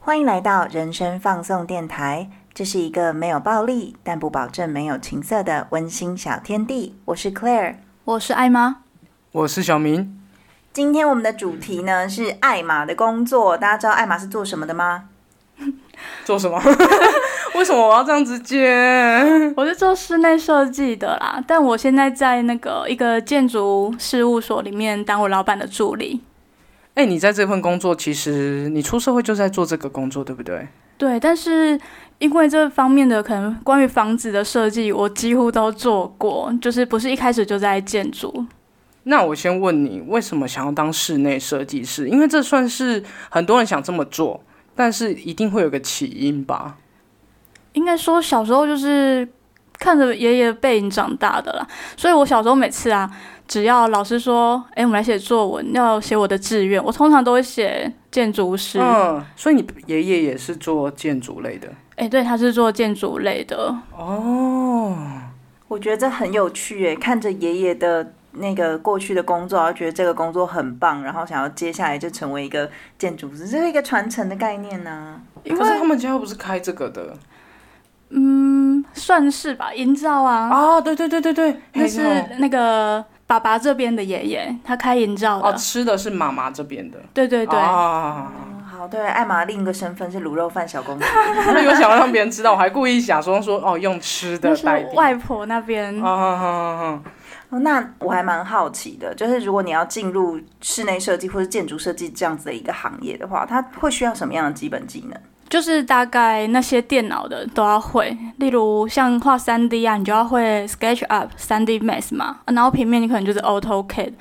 欢迎来到人生放送电台，这是一个没有暴力，但不保证没有情色的温馨小天地。我是 Claire，我是艾妈，我是小明。今天我们的主题呢是艾玛的工作。大家知道艾玛是做什么的吗？做什么？ 为什么我要这样子接？嗯我是做室内设计的啦，但我现在在那个一个建筑事务所里面当我老板的助理。哎、你在这份工作，其实你出社会就在做这个工作，对不对？对，但是因为这方面的可能关于房子的设计，我几乎都做过，就是不是一开始就在建筑。那我先问你，为什么想要当室内设计师？因为这算是很多人想这么做，但是一定会有个起因吧？应该说小时候就是看着爷爷背影长大的啦，所以我小时候每次啊，只要老师说，哎、我们来写作文，要写我的志愿，我通常都会写建筑师。嗯，所以你爷爷也是做建筑类的。哎、对，他是做建筑类的，我觉得这很有趣耶，看着爷爷的那个过去的工作，然后觉得这个工作很棒，然后想要接下来就成为一个建筑师，这是一个传承的概念呢、因可是为他们家又不是开这个的嗯，算是吧，营造啊，啊！对对对对对，那嘿是哦那个爸爸这边的爷爷，他开营造的，哦，吃的是妈妈这边的。对对对，啊，嗯好，对，艾玛另一个身份是卤肉饭小公主。 我有想要让别人知道，我还故意假装说哦，用吃那的是代替。外婆那边。啊啊啊啊！啊哦那我还蛮好奇的，就是如果你要进入室内设计或是建筑设计这样子的一个行业的话，它会需要什么样的基本技能？就是大概那些电脑的都要会，例如像画三 D 啊，你就要会 SketchUp、三 D Max 嘛，啊然后平面你可能就是 AutoCAD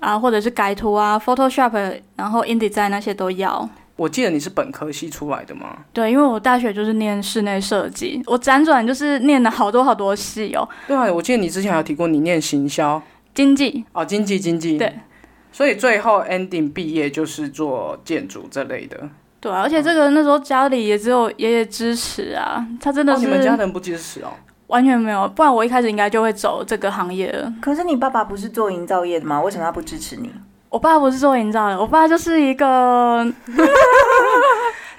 啊，或者是改图啊、Photoshop，然后 InDesign 那些都要。 我记得你是本科系出来的吗？对，因为我大学就是念室内设计，我辗转就是念了好多好多系哦，对啊，我记得你之前还有提过你念行销经济哦，经济经济。对。所以最后 ending 毕业就是做建筑这类的。对啊、而且这嗯个那时候家里也只有爷爷支持啊，他真的哦，你们家是人不支持哦？完全没有，不然我一开始应该就会走这个行业了。可是你爸爸不是做营造业的吗？为什么他不支持你？我爸不是做营造的，我爸就是一个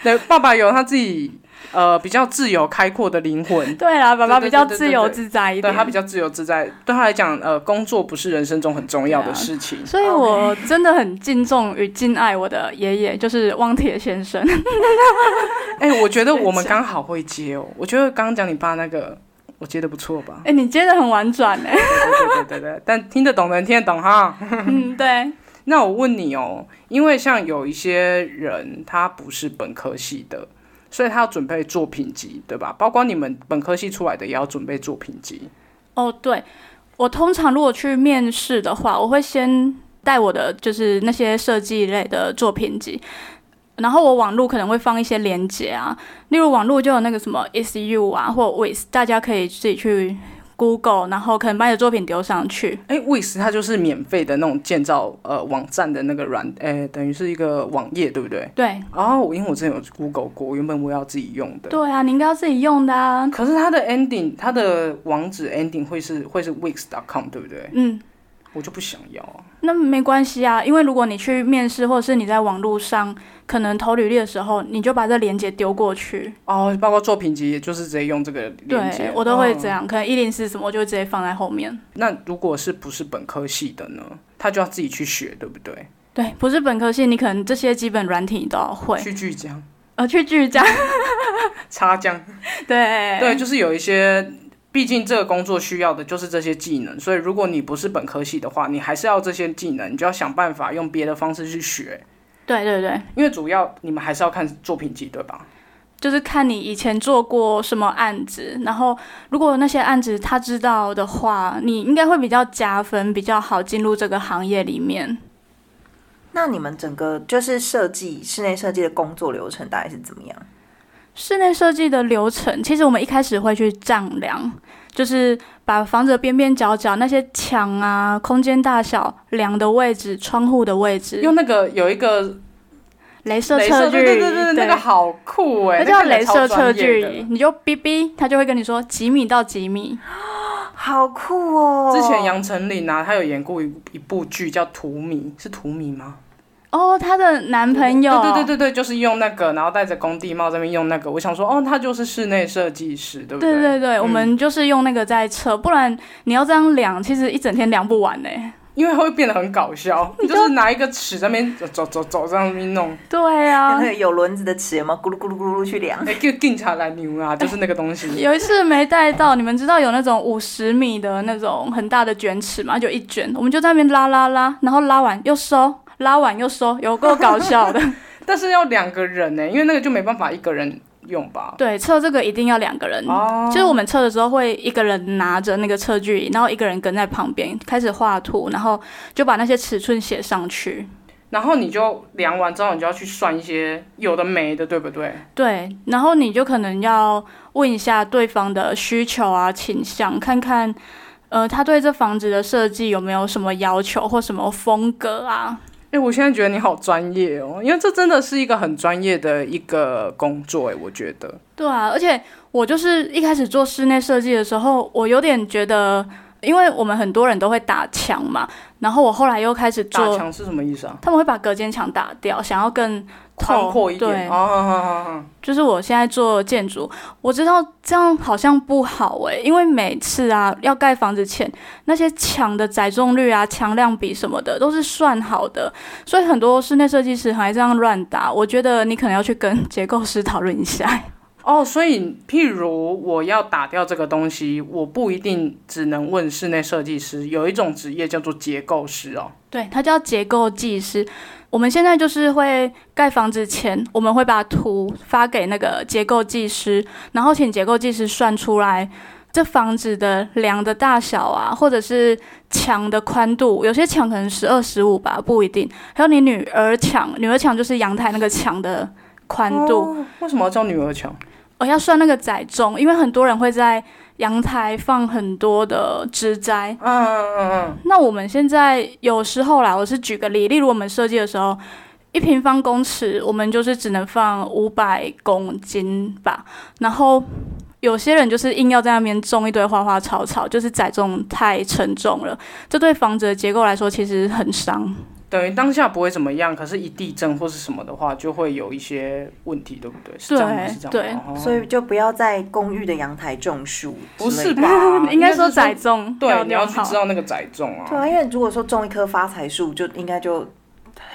对，爸爸有他自己呃比较自由开阔的灵魂，对啦，爸爸对对比较对对自对由对自在一对点，他比较自由自在，对他来讲，呃，工作不是人生中很重要对的啊事情。所以我真的很敬重与敬爱我的爷爷，就是汪铁先生。 哎、我觉得我们刚好会接哦。我觉得刚刚讲你爸那个，我接的不错吧？哎、你接的很婉转 哎、对对对对对，但听得懂的人听得懂哈。嗯，对，那我问你哦，因为像有一些人他不是本科系的，所以他要准备作品集，对吧？包括你们本科系出来的也要准备作品集。哦对，我通常如果去面试的话，我会先带我的就是那些设计类的作品集。然后我网络可能会放一些连接啊，例如网络就有那个什么 is you 啊，或 with，大家可以自己去 Google，然后可能把你的作品丢上去。哎，Wix 它就是免费的那种建造呃网站的那个软，哎，等于是一个网页，对不对？对，哦，我因为我之前有 Google 过，原本我要自己用的。对啊，你应该要自己用的啊。可是它的 ending，它的网址 ending 会是会是 Wix.com，对不对？嗯，我就不想要啊。那没关系啊，因为如果你去面试，或者是你在网络上可能投履历的时候，你就把这链接丢过去。哦，包括作品集，也就是直接用这个链接对，。我都会嗯这样，可能一零四什么，我就会直接放在后面。那如果是不是本科系的呢？他就要自己去学，对不对？对，不是本科系，你可能这些基本软体你都要会。去剧江、呃，去巨家， 插江，对对，就是有一些，毕竟这个工作需要的就是这些技能，所以如果你不是本科系的话，你还是要这些技能，你就要想办法用别的方式去学，对对对，因为主要你们还是要看作品集，对吧？就是看你以前做过什么案子，然后如果那些案子他知道的话，你应该会比较加分，比较好进入这个行业里面。那你们整个就是设计室内设计的工作流程大概是怎么样？室内设计的流程，其实我们一开始会去丈量，就是把房子的边边角角那些墙啊、空间大小、梁的位置、窗户的位置，用那个有一个镭射测镭射距对仪，对对对，那个好酷哎、它欸，叫镭那看起来射测超专业距的仪，你就哔哔，它就会跟你说几米到几米。好酷哦！之前杨丞琳啊，她有演过一一部剧叫《荼蘼》，是荼蘼吗？哦，她的男朋友，对对对对对，就是用那个，然后戴着工地帽在那边用那个。我想说，哦，他就是室内设计师，对不对对对对，我嗯们就是用那个在测，不然你要这样量，其实一整天量不完呢。因为会变得很搞笑，你就是拿一个尺在那边走走走走这样边弄，对跟啊那，个有轮子的尺有没有咕噜咕噜咕噜去量？哎，就警察来牛啊，就是那个 东西。有一次没带到，你们知道有那种五十米的那种很大的卷尺嘛？就一卷，我们就在那边拉拉拉，然后拉完又收，拉完又收，有够搞笑的。但是要两个人欸呢、因为那个就没办法一个人用吧。对，测这个一定要两个人。哦，就是我们测的时候会一个人拿着那个测距仪，然后一个人跟在旁边开始画图，然后就把那些尺寸写上去。然后你就量完之后，你就要去算一些有的没的，对不对？对，然后你就可能要问一下对方的需求啊、倾向，看看，呃，他对这房子的设计有没有什么要求或什么风格啊？哎、我现在觉得你好专业哦，因为这真的是一个很专业的一个工作哎、我觉得。对啊，而且我就是一开始做室内设计的时候，我有点觉得，因为我们很多人都会打墙嘛，然后我后来又开始打做，墙是什么意思啊？他们会把隔间墙打掉，想要更宽透阔一对点。哦哦哦哦哦就是我现在做建筑，我知道这样好像不好诶、因为每次啊要盖房子前，那些墙的载重率啊、墙量比什么的都是算好的，所以很多室内设计师还这样乱打。我觉得你可能要去跟结构师讨论一下。哦，所以譬如我要打掉这个东西，我不一定只能问室内设计师，有一种职业叫做结构师哦。对，它叫结构技师。我们现在就是会盖房子前，我们会把图发给那个结构技师，然后请结构技师算出来这房子的梁的大小啊，或者是墙的宽度，有些墙可能十二十五吧，不一定。还有你女儿墙，女儿墙就是阳台那个墙的宽度，哦为什么要叫女儿墙？哦，要算那个载重，因为很多人会在阳台放很多的植栽。嗯嗯嗯嗯。那我们现在有时候啦，我是举个例，例如我们设计的时候，一平方公尺我们就是只能放五百公斤吧，然后。有些人就是硬要在那边种一堆花花草草，就是载重太沉重了，这对房子的结构来说其实很伤。等于当下不会怎么样，可是一地震或是什么的话，就会有一些问题，对不对？是这样吗？对是这样吗对？哦所以就不要在公寓的阳台种树之类的，不是吧 应该说是载重对，你要要去好知道那个载重对啊。啊，因为如果说种一棵发财树，就应该就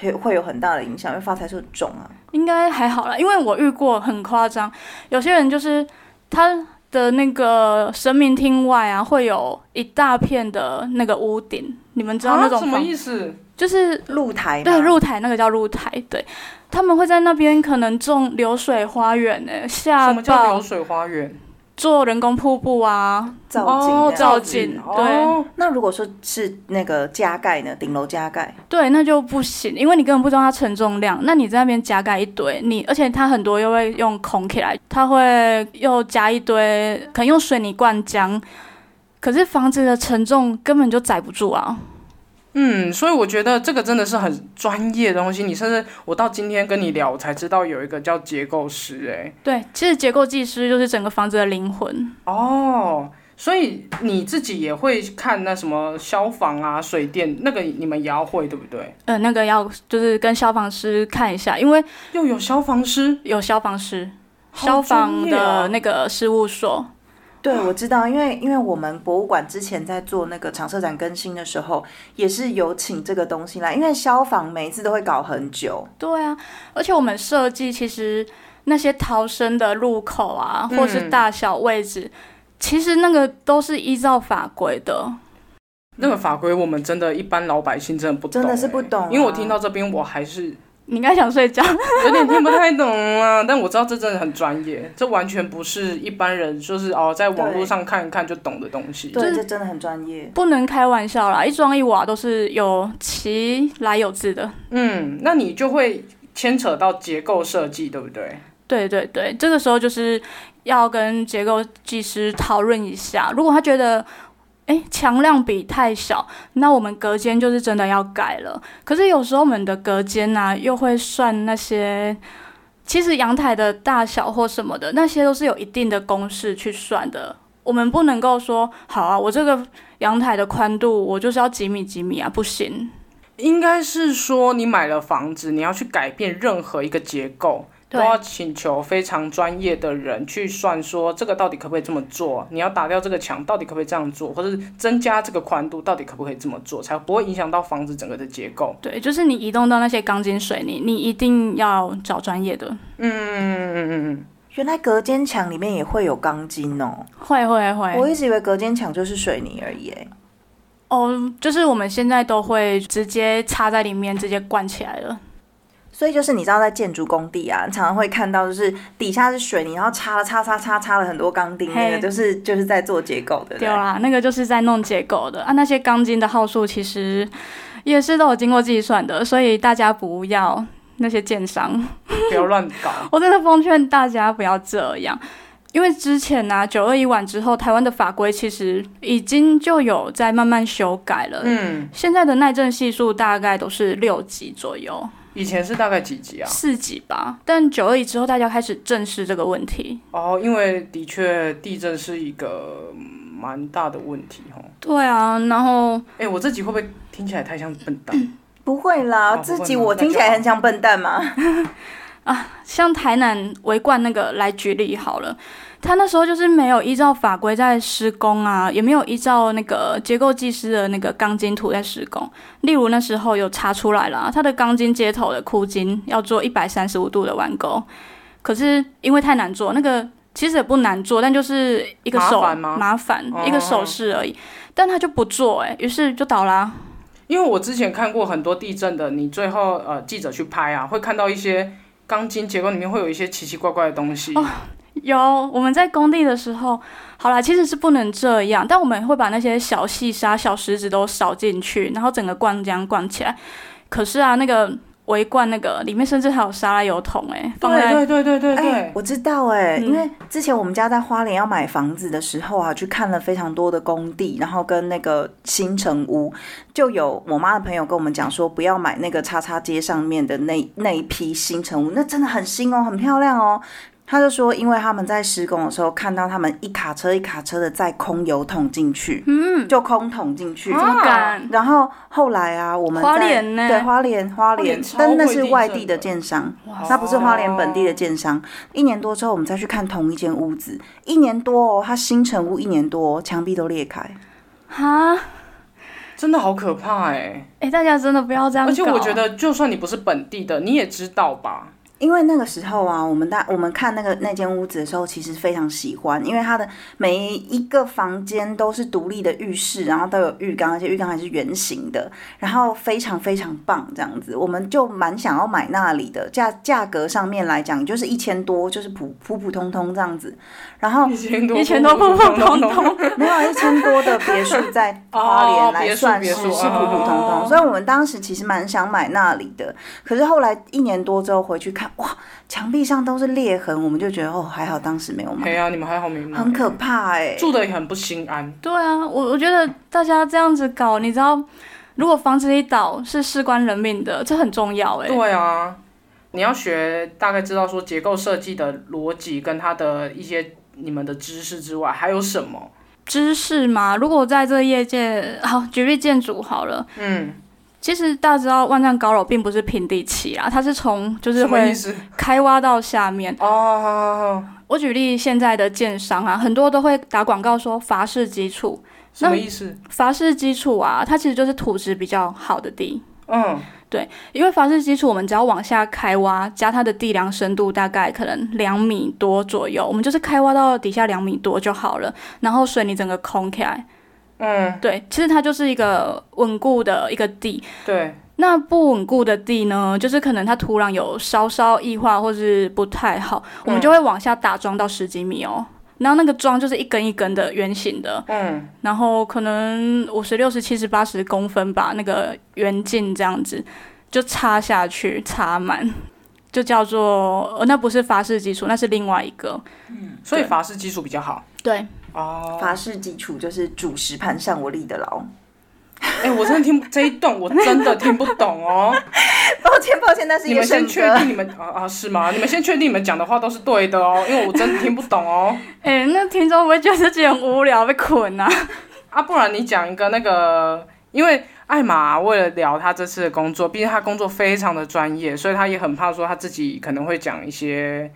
会会有很大的影响，因为发财树很重啊。应该还好啦，因为我遇过很夸张，有些人就是他的那个神明厅外啊，会有一大片的那个屋顶，你们知道那啊，种什么房，意思？就是露台嘛对露台那个叫露台，对，他们会在那边可能种流水花园诶、下什么叫爆流水花园？做人工瀑布啊，造景哦，这样造造景景，对哦那如果说是那个加盖呢，顶楼加盖，对，那就不行，因为你根本不知道它承重量。那你在那边加盖一堆，你而且它很多又会用孔起来，它会又加一堆，可能用水泥灌浆。可是房子的承重根本就载不住啊！嗯，所以我觉得这个真的是很专业的东西。你甚至我到今天跟你聊，我才知道有一个叫结构师、欸，对，其实结构技师就是整个房子的灵魂。哦，所以你自己也会看那什么消防啊、水电那个，你们也要会对不对？呃，那个要就是跟消防师看一下，因为又有消防师，有消防师，好消防专业哦的那个事务所。对，我知道，因为因为我们博物馆之前在做那个常设展更新的时候，也是有请这个东西来，因为消防每一次都会搞很久，对啊，而且我们设计其实那些逃生的入口啊，或是大小位置，其实那个都是依照法规的。那个法规我们真的一般老百姓真的不懂、真的是不欸懂啊因为我听到这边我还是你应该想睡觉， 有点听不太懂啊，但我知道这真的很专业，这完全不是一般人就是哦在网络对上看一看就懂的东西。对，这真的很专业。不能开玩笑啦，一砖一瓦都是有其来有自的。嗯，那你就会牵扯到结构设计，对不对？对对对，这个时候就是要跟结构技师讨论一下，如果他觉得诶，墙量比太小，那我们隔间就是真的要改了。可是有时候我们的隔间呢、又会算那些，其实阳台的大小或什么的，那些都是有一定的公式去算的。我们不能够说，好啊，我这个阳台的宽度，我就是要几米几米啊，不行。应该是说你买了房子，你要去改变任何一个结构，都对要请求非常专业的人去算，说这个到底可不可以这么做？你要打掉这个墙，到底可不可以这样做？或者是增加这个宽度，到底可不可以这么做？才不会影响到房子整个的结构。对，就是你移动到那些钢筋水泥，你一定要找专业的。嗯原来隔间墙里面也会有钢筋哦，会会我会，一直以为隔间墙就是水泥而已诶。哦，就是我们现在都会直接插在里面，直接灌起来了。所以就是你知道，在建筑工地啊，常常会看到就是底下是水泥，然后插了插插插插了很多钢钉，那个嘿就是就是在做结构的。对不啦，那个就是在弄结构的啊。那些钢筋的号数其实也是都有经过计算的，所以大家不要那些建商， 不要乱搞。我真的奉劝大家不要这样。因为之前呢、啊，九二一完之后，台湾的法规其实已经就有在慢慢修改了。嗯，现在的耐震系数大概都是六级左右，以前是大概几级啊？四级吧。但九二一之后，大家开始正视这个问题。哦，因为的确地震是一个嗯蛮大的问题哦。对啊，然后哎、我这集会不会听起来太像笨蛋？不会啦，哦自不会己吗我那听就起来好很像笨蛋嘛。像台南围冠那个来举例好了，他那时候就是没有依照法规在施工啊，也没有依照那个结构技师的那个钢筋图在施工。例如那时候有查出来了、啊，他的钢筋接头的箍筋要做一百三十五度的弯钩，可是因为太难做，那个其实也不难做，但就是一个手麻烦吗烦哦一个手势而已，但他就不做、欸，于是就倒啦、因为我之前看过很多地震的，你最后呃记者去拍啊，会看到一些钢筋结构里面会有一些奇奇怪怪的东西。 有，我们在工地的时候，好啦，其实是不能这样，但我们会把那些小细沙、小石子都扫进去，然后整个灌浆灌起来。可是啊，那个围灌那个里面甚至还有沙拉油桶、欸，哎，放在对对对对对对，哎，我知道哎、嗯因为之前我们家在花莲要买房子的时候啊，去看了非常多的工地，然后跟那个新城屋，就有我妈的朋友跟我们讲说，不要买那个叉叉街上面的那那一批新城屋，那真的很新哦，很漂亮哦。他就说，因为他们在施工的时候看到他们一卡车一卡车的在空油桶进去，嗯，就空桶进去，啊怎么敢？然后后来啊，我们在哦花莲呢对花莲花花莲莲，超但那会是地外震地的的建商哇，那不是花莲本地的建商。一年多之后，我们再去看同一间屋子，一年多哦，它新成屋一年多、哦，墙壁都裂开。哈，哎、真的好可怕哎、大家真的不要这样搞。而且我觉得，就算你不是本地的，你也知道吧？因为那个时候啊，我们大我们看那个那间屋子的时候，其实非常喜欢，因为它的每一个房间都是独立的浴室，然后都有浴缸，而且浴缸还是圆形的，然后非常非常棒这样子，我们就蛮想要买那里的。价价格上面来讲，就是一千多，就是普普普通通这样子。然后一千多，以前都普普通 通， 没有一千多的别墅在花莲来算是哦哦别墅别墅是普普通哦通，所以我们当时其实蛮想买那里的，可是后来一年多之后回去看，哇，墙壁上都是裂痕，我们就觉得哦，还好当时没有哎买，呀，你们还好没买很可怕哎、住的也很不心安。对啊，我我觉得大家这样子搞，你知道，如果房子一倒是事关人命的，这很重要、欸，哎，对啊，你要学大概知道说结构设计的逻辑跟它的一些你们的知识之外，还有什么？知识嘛，如果在这个业界，好举例建筑好了，嗯，其实大家知道万丈高楼并不是平地起啊，它是从就是什么意会思？开挖到下面。哦，我举例现在的建商啊，很多都会打广告说法式基础，什么意思？法式基础啊，它其实就是土质比较好的地。嗯，因为法式基础，我们只要往下开挖，加它的地量深度大概可能两米多左右，我们就是开挖到底下两米多就好了，然后水泥整个空起来。嗯，对，其实它就是一个稳固的一个地。对，那不稳固的地呢，就是可能它土壤有稍稍异化或是不太好，我嗯们就会往下打桩到十几米哦。然后那个桩就是一根一根的圆形的，嗯，然后可能五十六十七十八十公分吧，那个圆径这样子就插下去，插满，就叫做、呃、那不是法式基础，那是另外一个。所以法式基础比较好。哦对，法式基础就是主食盘上我立得牢。哎、我真的听不这一段，我真的听不 懂哦。抱歉，抱歉，那是你一个们先神确歌。定你们啊啊是吗？你们先确定你们讲的话都是对的哦，因为我真的听不懂哦。哎、那听众不会觉得自己很无聊被捆啊？啊，不然你讲一个那个，因为艾玛为了聊她这次的工作，毕竟她工作非常的专业，所以她也很怕说她自己可能会讲一些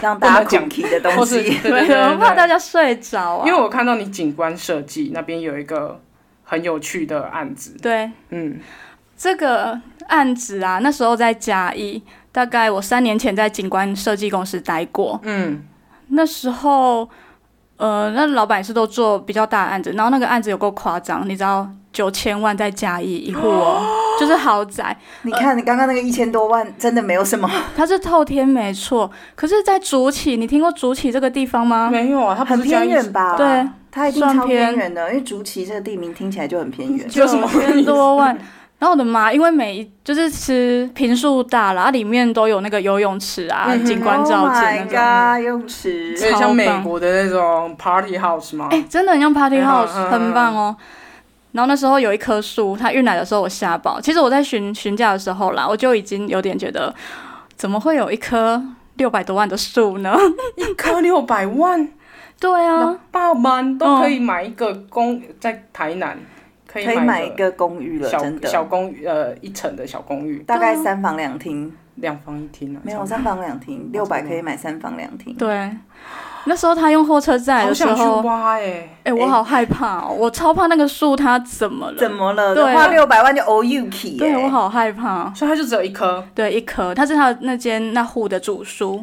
让大家不能讲 c o 的东或是西。对对对对我怕对大家睡着啊。因为我看到你景观设计那边有一个很有趣的案子，对嗯，这个案子啊，那时候在嘉义，大概我三年前在景观设计公司待过。嗯，那时候，呃，那老板是都做比较大的案子，然后那个案子有够夸张，你知道九千万在嘉义一户 哦，就是豪宅， 你看，你刚刚那个一千多万，真的没有什么，它是透天没错，可是，在竹崎，你听过竹崎这个地方吗？没有啊，她不很是嘉偏义，远吧？对，它一定算超偏偏远的，因为竹崎这个地名听起来就很偏远。有什么九千多 万。然后我的妈，因为每一就是吃平数大啦，它啊里面都有那个游泳池啊、嗯哼景观照见那 Oh 种。 my god，泳池有。点像美国的那种 party house 吗？哎、真的很像 party 很好 house，、哦嗯很棒哦。然后那时候有一棵树，它运来的时候我吓爆。其实我在询询价的时候啦，我就已经有点觉得，怎么会有一棵六百多万的树 呢？一颗六百万，对啊，爸妈都可以买一个公，在台南可以可以买买一个公寓了，小真小的，公寓，呃，一层的小公寓，大概三房两厅，两房一厅啊，嗯没有差三房两厅，六百可以买三房两厅。对。那时候他用货车载来不多好的时想去候，挖哎，哎、我好害怕哦，我超怕那个树它怎么了？怎么了？对啊花六百万就 all you key 对我耶。好害怕。哦所以它就只有一颗对，一棵，它是他那间那户的主书。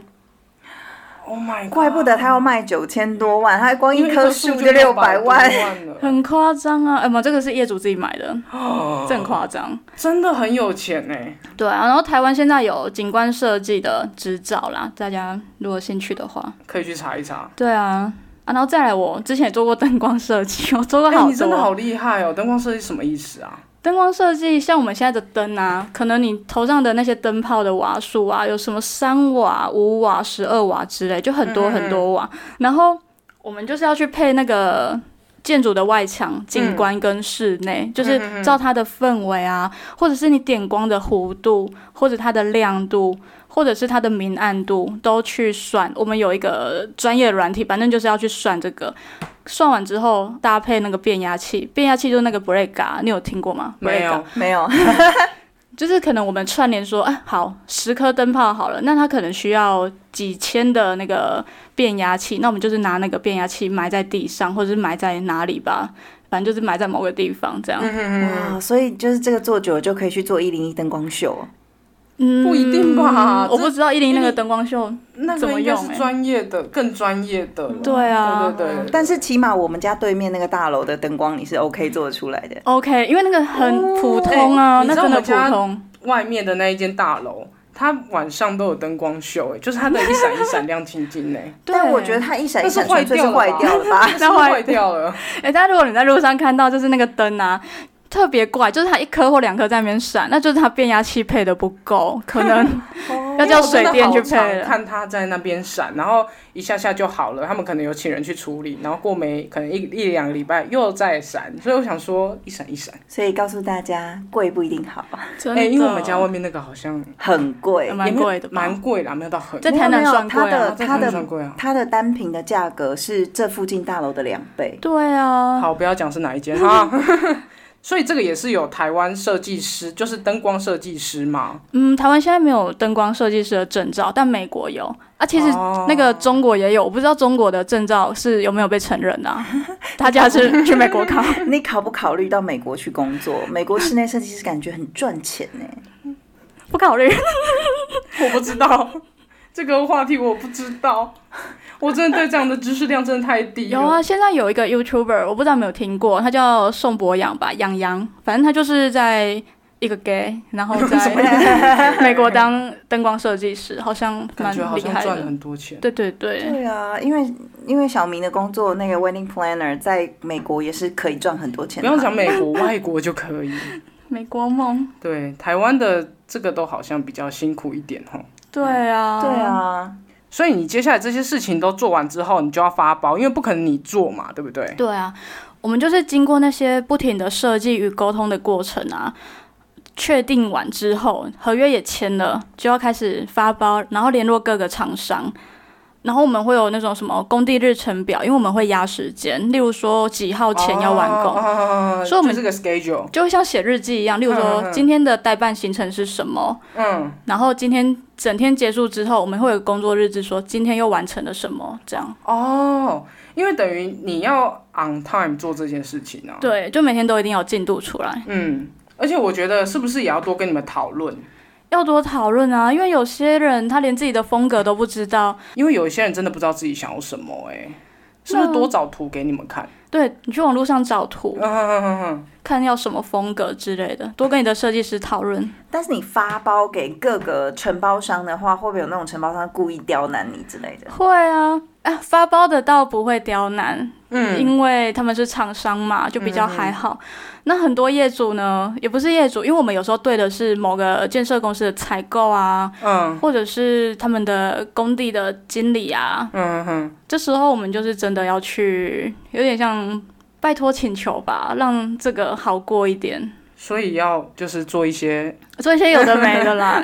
，Oh my，God 怪不得他要卖九千多万，他光因一为一棵树树就六百百万，了，很夸张啊！哎妈，这个是业主自己买的，哦这很夸张。真的很有钱哎，对啊，然后台湾现在有景观设计的执照啦，大家如果有兴趣的话，可以去查一查。对啊啊，然后再来我，之前也做过灯光设计， 我做过哎，好你真的多。好厉害哦！灯光设计什么意思啊？灯光设计像我们现在的灯啊，可能你头上的那些灯泡的瓦数啊，有什么三瓦、五瓦、十二瓦之类，就很多嗯很多瓦。然后我们就是要去配那个建筑的外墙景观跟室内，嗯就是照它的氛围啊，或者是你点光的弧度，或者它的亮度，或者是它的明暗度，都去算。我们有一个专业的软体，反正就是要去算这个。算完之后搭配那个变压器，变压器就是那个 Brega，你有听过吗？没 Brega 有， 没有，就是可能我们串联说，哎、好，十颗灯泡好了，那它可能需要几千的那个变压器，那我们就是拿那个变压器埋在地上，或者是埋在哪里吧，反正就是埋在某个地方这样。嗯哇！所以就是这个做久了就可以去做一零一灯光秀，嗯不一定吧我不知道一零那个这灯光秀，那怎个么应该用是哎专业的，更专业的了。对啊对对对，但是起码我们家对面那个大楼的灯光你是 OK 做得出来的。 OK，因为那个很普通啊，哎你那知道真的我家普通。外面的那一间大楼，它晚上都有灯光秀，哎，就是它的一闪一闪亮晶晶， 哎，对，但我觉得它一闪一闪那是坏纯粹是掉了坏吧掉了吧？是不是坏 掉了，哎、大家如果你在路上看到就是那个灯啊，特别怪，就是它一颗或两颗在那边闪，那就是它变压器配的不够，可 能要叫水电去因为我配哦真的好常了。看它在那边闪，然后一下下就好了，他们可能有请人去处理，然后过没可能一一两个礼拜又再闪，所以我想说一闪一闪，所以告诉大家，贵不一定好，真哎、的，因为我们家外面那个好像很贵。蛮也没有贵的吧蛮贵啦，没有到很在没有台南没有算贵它啊的在它台南算的贵啊。它的单品的价格是这附近大楼的两倍。对啊，好，不要讲是哪一间哈。 所以这个也是有台湾设计师，就是灯光设计师嘛。嗯，台湾现在没有灯光设计师的证照，但美国有啊。其实哦那个中国也有，我不知道中国的证照是有没有被承认 啊。大家是去美国考， 你考不考虑到美国去工作？美国室内设计师感觉很赚钱呢、不考 虑。我不知道 这个话题，我不知道，我真的对这样的知识量真的太低了。有啊， 现在有一个 YouTuber，我不知道有没有听过，他叫宋博洋吧，洋洋，反正他就是在一个 gay，然后 在 美国当灯光设计师，好像感蛮觉好厉像害赚了的。很多钱。对对对，对啊，因为因为小明的工作那个 wedding planner 在美国也是可以赚很多钱不的嘛。用讲美国，外国就可以。美国梦，对，台湾的这个都好像比较辛苦一点哦。对啊，对，啊，所以你接下来这些事情都做完之后，你就要发包，因为不可能你做嘛，对不对？对啊，我们就是经过那些不停的设计与沟通的过程啊，确定完之后，合约也签了，就要开始发包，然后联络各个厂商。然后我们会有那种什么工地日程表，因为我们会压时间，例如说几号前要完工，哦嗯所以我们就这个 schedule，就会像写日记一样。例如嗯嗯说嗯今天的代办行程是什么，嗯，然后今天整天结束之后，我们会有工作日志，说今天又完成了什么，这样。哦，因为等于你要 on time 做这件事情啊。，对，就每天都一定要进度出来，嗯，而且我觉得是不是也要多跟你们讨论？要多讨论啊，因为有些人他连自己的风格都不知道。因为有一些人真的不知道自己想要什么、欸，是不是那多找图给你们看？对你去网络上找图，嗯哼哼哼哼看要什么风格之类的，多跟你的设计师讨论。但是你发包给各个承包商的话，会不会有那种承包商故意刁难你之类的？会啊，哎，发包的倒不会刁难，嗯，因为他们是厂商嘛，就比较还好。那很多业主呢，也不是业主，因为我们有时候对的是某个建设公司的采购啊，嗯或者是他们的工地的经理啊，嗯哼，这时候我们就是真的要去，有点像拜托请求吧，让这个好过一点，所以要就是做一些， 做一些有的没的啦。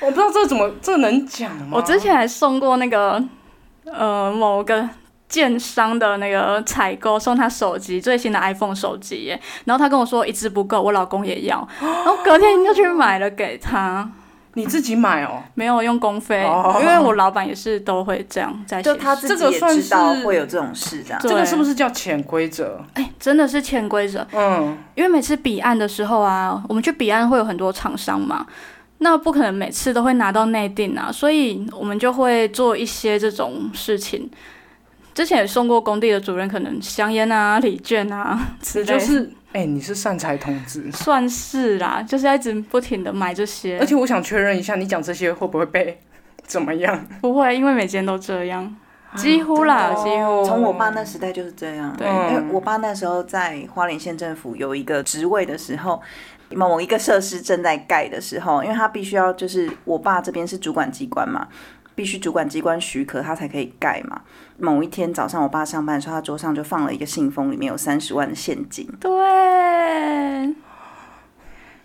我不知道这怎么这能讲吗？我之前还送过那个呃某个建商的那个采购送他手机，最新的 iPhone 手机耶，然后他跟我说一支不够，我老公也 要，然后隔天就去买了给他，你自己买哦，没有用公费哦，因为我老板也是都会这样在就写他事自己这个也算知道是会有这种事，这样对这个是不是叫潜规则？哎，真的是潜规则，嗯，因为每次彼岸的时候啊，我们去彼岸会有很多厂商嘛，那不可能每次都会拿到内定啊，所以我们就会做一些这种事情。之前也送过工地的主任，可能香烟啊、礼券啊之这类的，就是哎、你是善财童子。算是啦，就是要一直不停的买这些而，且我想确认一下，你讲这些会不会被 怎么样？不会，因为每间都这样，几乎啦，真几的哦乎。从我爸那时代就是这样。哦对嗯因为我爸那时候在花莲县政府有一个职位的时候，某一个设施正在盖的时候，因为他必须要就是我爸这边是主管机关嘛，必须主管机关许可他才可以盖嘛。某一天早上，我爸上班的时候，他桌上就放了一个信封，里面有三十万的现金。对，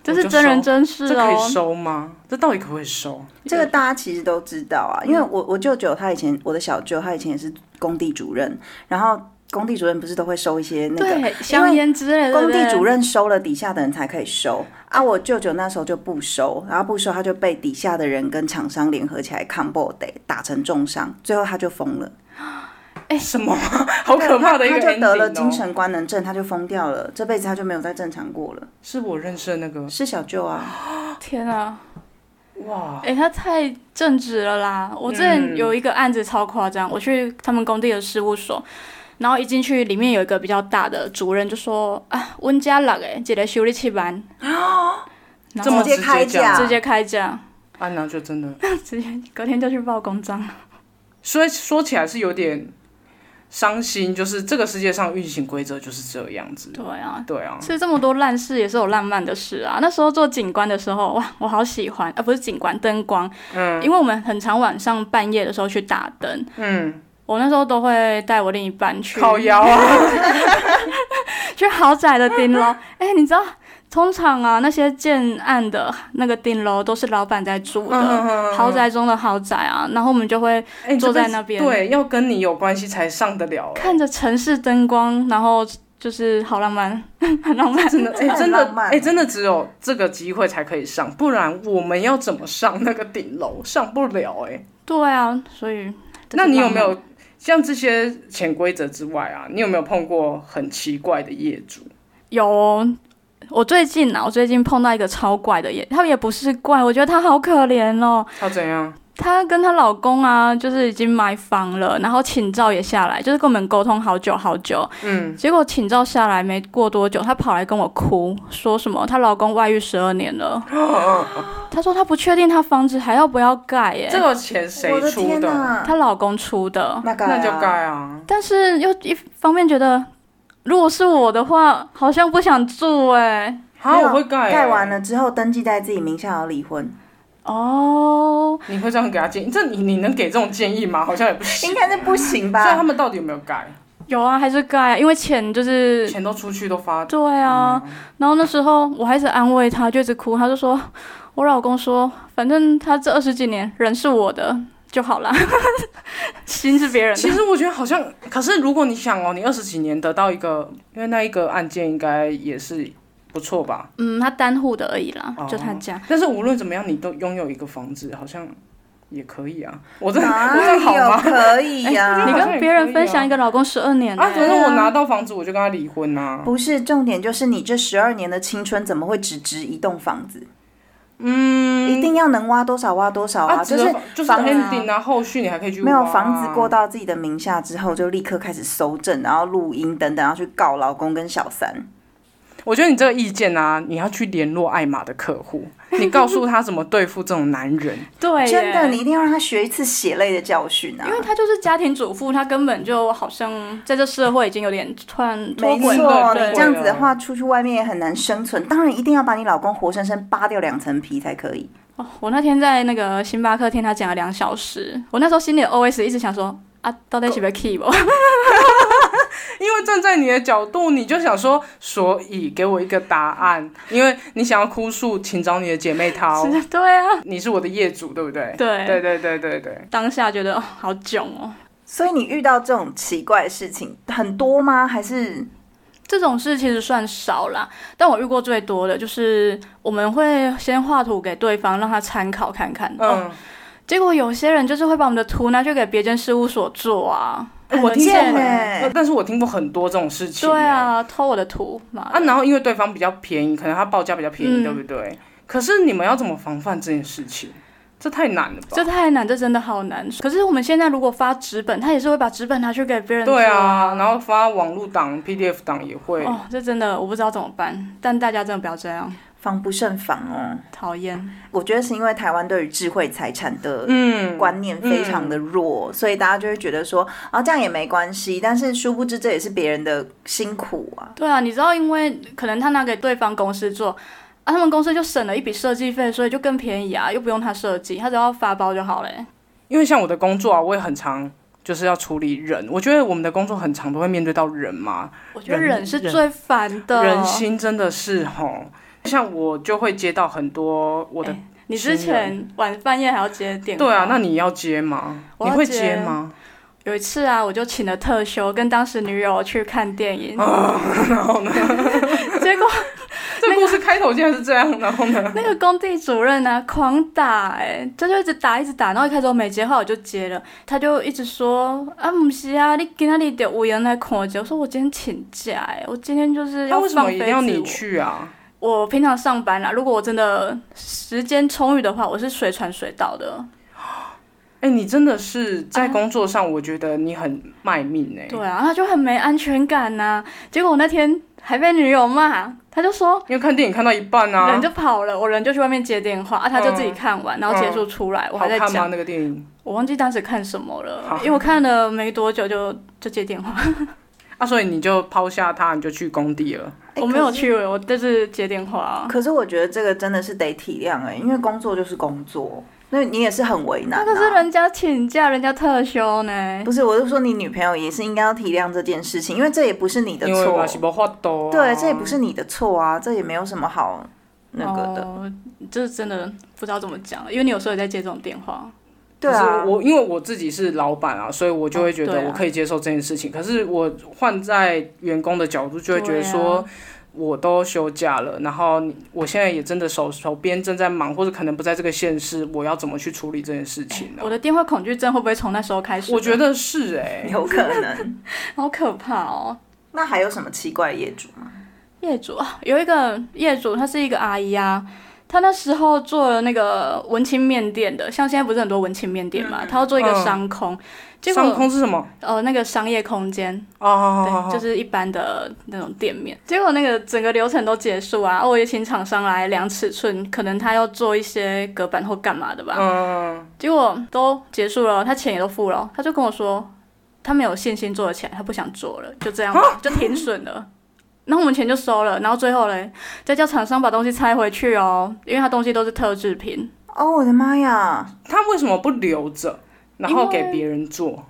这我是就真人收真事这可哦以。收吗？这到底可不可以收？这个大家其实都知道啊，因为我我舅舅他以前我的小舅他以前也是工地主任，然后工地主任不是都会收一些那个对，香烟之类的。工地对主任收了，底下的人才可以收啊。我舅舅那时候就不收，然后不收，他就被底下的人跟厂商联合起来 combo day 打成重伤，最后他就疯了，什么？好可怕的一个他 ending 就得了哦精神官能症，他就疯掉了，这辈子他就没有再正常过了。是我认识的那个是小舅啊，天啊！哇，哎、他太正直了啦！我之嗯前有一个案子超夸张，我去他们工地的事务所，然后一进去，里面有一个比较大的主任就说：“啊，温家六诶，一个修理七班。”然这啊么后直接开直接讲价，直接开价，安娜就真的，直接隔天就去报公章。所以说起来是有点伤心，就是这个世界上运行规则就是这样子。对啊，对啊，是这么多烂事也是有浪漫的事啊！那时候做景观的时候，哇，我好喜欢，啊，不是景观，灯光，嗯，因为我们很常晚上半夜的时候去打灯，嗯，我那时候都会带我另一半去烤窑啊，去豪宅的顶楼。 哎、你知道，通常啊，那些建案的那个顶楼都是老板在住嗯的，豪宅中的豪宅啊。然后我们就会 哎，你这坐在辈子那边对，要跟你有关系才上得 了。哎看着城市灯光，然后就是好浪漫， 很浪漫。真的，哎、很真的浪，漫哎、真的只有这个机会才可以上，不然我们要怎么上那个顶楼？上不了、哎。对啊，所以那你有没有像这些潜规则之外啊，你有没有碰过很奇怪的业主？有哦？我最近啊，我最近碰到一个超怪的也，他也不是怪，我觉得他好可怜哦。他怎样？她跟她老公啊，就是已经买房了，然后请照也下来，就是跟我们沟通好久好久。嗯，结果请照下来没过多久，她跑来跟我哭，说什么她老公外遇十二年了。她说她不确定她房子还要不要盖耶、这个钱谁我的出天的？哪，她老公出的，那个那就盖啊！但是又一方面觉得，如果是我的话，好像不想住哎、啊，没有我会盖、欸，盖完，了之后登记在自己名下，然后离婚，哦，你会这样给他建议？这你你能给这种建议吗？好像也不行。应该是不行所以他吧？们到底有没有盖？有啊，还是盖、啊，因为钱就是钱都出去都发，对啊，然后那时候我还一直安慰他，就一直哭，他就说，我老公说，反正他这二十几年人是我的就好啦， 心是别人 其的。实我觉得好像，可是如果你想哦，你二十几年得到一个，因为那一个案件应该也是不错吧。嗯，他单户的而已啦，哦就他家。但是无论怎么样，你都拥有一个房子，好像也可以啊。我这、我这样好哪有吗？哎可以呀、你好像也跟别人分享一个老公十二年、啊，欸，可是我拿到房子，我就跟他离婚啊。不是重点，就是你这十二年的青春怎么会只值一栋房子？嗯，一定要能挖多少挖多少啊！只就能是就是房子 ending 啊，后续你还可以去、啊、没有房子过到自己的名下之后，就立刻开始搜证，然后录音等等，然后去告老公跟小三。我觉得你这个意见啊，你要去联络爱玛的客户，你告诉他怎么对付这种男人。对耶，真的，你一定要让他学一次血泪的教训啊！因为他就是家庭主妇，他根本就好像在这社会已经有点突然脱没轨错，了。你对这样子的话，出去外面也很难生存。当然，一定要把你老公活生生扒掉两层皮才可以。哦，我那天在那个星巴克听他讲了两小时，我那时候心里的 OS 一直想说啊，到底是不是 key 不？因为站在你的角度，你就想说，所以给我一个答案，因为你想要哭诉，请找你的姐妹淘。 对啊，你是我的业主，对不对？对对对对对对。当下觉得哦，好囧哦。所以你遇到这种奇怪的事情很多吗？还是这种事其实算少啦，但我遇过最多的就是我们会先画图给对方，让他参考看看。哦，嗯，结果有些人就是会把我们的图拿去给别间事务所做啊。很哎我听过贱很，欸但是我听过很多这种事情。哎对。啊，偷我的图嘛。啊，然后因为对方比较便宜，可能他报价比较便宜，嗯对不对？可是你们要怎么防范这件事情？这太难了吧？这太难，这真的好难。可是我们现在如果发纸本，他也是会把纸本拿去给别人做对啊，然后发网络档、PDF 档也会。哦，这真的我不知道怎么办，但大家真的不要这样，防不胜防哦。讨厌。我觉得是因为台湾对于智慧财产的嗯，观念非常嗯的弱，所以大家就会觉得说啊，这样也没关系。但是殊不知这也是别人的辛苦啊。对啊，你知道，因为可能他拿给对方公司做，啊，他们公司就省了一笔设计费，所以就更便宜啊，又不用他设计，他只要发包就好了。因为像我的工作啊，我也很常就是要处理人。我觉得我们的工作很常都会面对到人嘛，我觉得人人是最烦的。人心真的是吼。像我就会接到很多我的，你之前晚半夜还要接电话？对啊，那你要接吗？我你要会接接吗？有一次啊，我就请了特休，跟当时女友去看电影，哦然后呢？ 结果啊这个故事开头竟然是这样，然后呢？那个工地主任呢、狂打哎、他就一直打，一直打，然后一开始我没接，后来我就接了，他就一直说啊，不是啊，你今天你得有人来看我，我说我今天请假哎、我今天就是他要为什放么一飞定要自你我。去啊？我平常上班啊啦，如果我真的时间充裕的话，我是随传随到的。哎、你真的是在工作上，我觉得你很卖命哎、对啊，他就很没安全感呐、结果我那天还被女友骂，他就说。因为看电影看到一半啊，嗯人就跑了，我人就去外面接电话，啊，他就自己看完，然后结束出来，我好还在看讲吗？那个电影？我忘记当时看什么了好，因为我看了没多久就就接电话，啊，所以你就抛下他，你就去工地了。哎 我没有。可是去，我就是接电话。可是我觉得这个真的是得体谅哎、因为工作就是工作，那你也是很为难、啊。那可是人家请假，人家特休呢。不是，我是说你女朋友也是应该要体谅这件事情，因为这也不是你的因为错我，是没法度、啊。对，这也不是你的错啊，这也没有什么好那个的，哦，这真的不知道怎么讲，因为你有时候也在接这种电话，对啊 可是。我因为我自己是老板啊，所以我就会觉哦得对啊我可以接受这件事情。可是我换在员工的角度，就会觉得说。对啊我都休假了，然后你我现在也真的手手边正在忙，或者可能不在这个县市，我要怎么去处理这件事情呢？我的电话恐惧症会不会从那时候开始？我觉得是哎、有可能，好可怕哦。那还有什么奇怪的业主吗？业主啊，有一个业主，她是一个阿姨啊，她那时候做了那个文青面店的，像现在不是很多文青面店嘛，她要做一个嗯商空，结上果空是什么？呃那个商业空间，哦，对，就是一般的那种店面。结果那个整个流程都结束啊，我也请厂商来量尺寸，可能他要做一些隔板或干嘛的吧。嗯，结果都结束了，他钱也都付了，他啊就跟我说他没有信心做得起来，他不想做了，就这样吧，就停损了。然后我们钱就收了，然后最后嘞，再叫厂商把东西拆回去哦，因为他东西都是特制品，哦，我的妈呀！他为什么不留着，然后因给为别人做？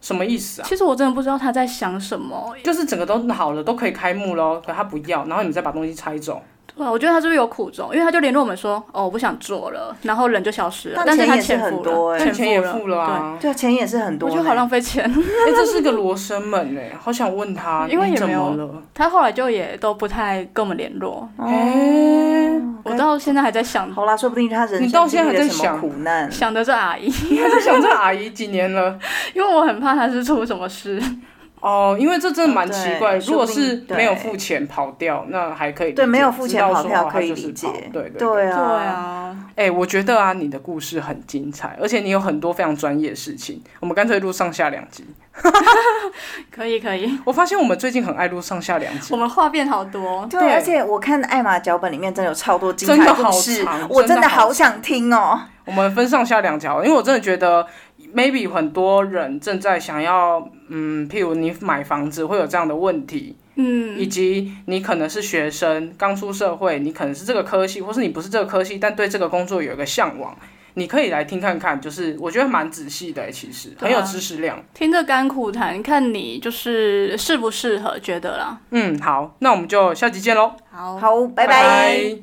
什么意思啊？其实我真的不知道他在想什么。就是整个都好了，都可以开幕喽，可他不要，然后你们再把东西拆走。对啊，我觉得他是不是有苦衷？因为他就联络我们说，哦，我不想做了，然后人就消失了，但但是钱他也是钱很付多了，欸但钱也了，付了啊，对，钱也是很对，多欸我呢，觉得好浪费钱。 哎、这是个罗生门哎、好想问他，因为你也怎没有么了？ 他后来就也都不太跟我们联络，哦哎、我到现在还在想，好啦，说不定他人你到生现经在历还了在什么想苦难，想着这阿姨， 你还在想这阿姨几年了？ 因为我很怕他是出什么事。哦，因为这真的蛮奇怪。对如果说是不定没有付钱跑掉，那还可以理解对没有付钱跑知道票说可以哦他就是理解跑对对对。对对啊，啊，哎、我觉得啊，你的故事很精彩，而且你有很多非常专业的事情。我们干脆录上下两集。可以可以，我发现我们最近很爱录上下两集我。们话变好多。对对而且我看艾玛脚本里面真的有超多精真彩的故好事长，我真的真的好好想听哦。我们分上下两条，因为我真的觉得，maybe 很多人正在想要，嗯，譬如你买房子会有这样的问题，以嗯，及你可能是学生，刚出社会，你可能是这个科系，或是你不是这个科系，但对这个工作有一个向往，你可以来听看看，就是我觉得蛮仔细的欸、其实对很啊有知识量。听着甘苦谈，看你就是适不适合，觉得啦。嗯，好，那我们就下集见喽，好，好，拜拜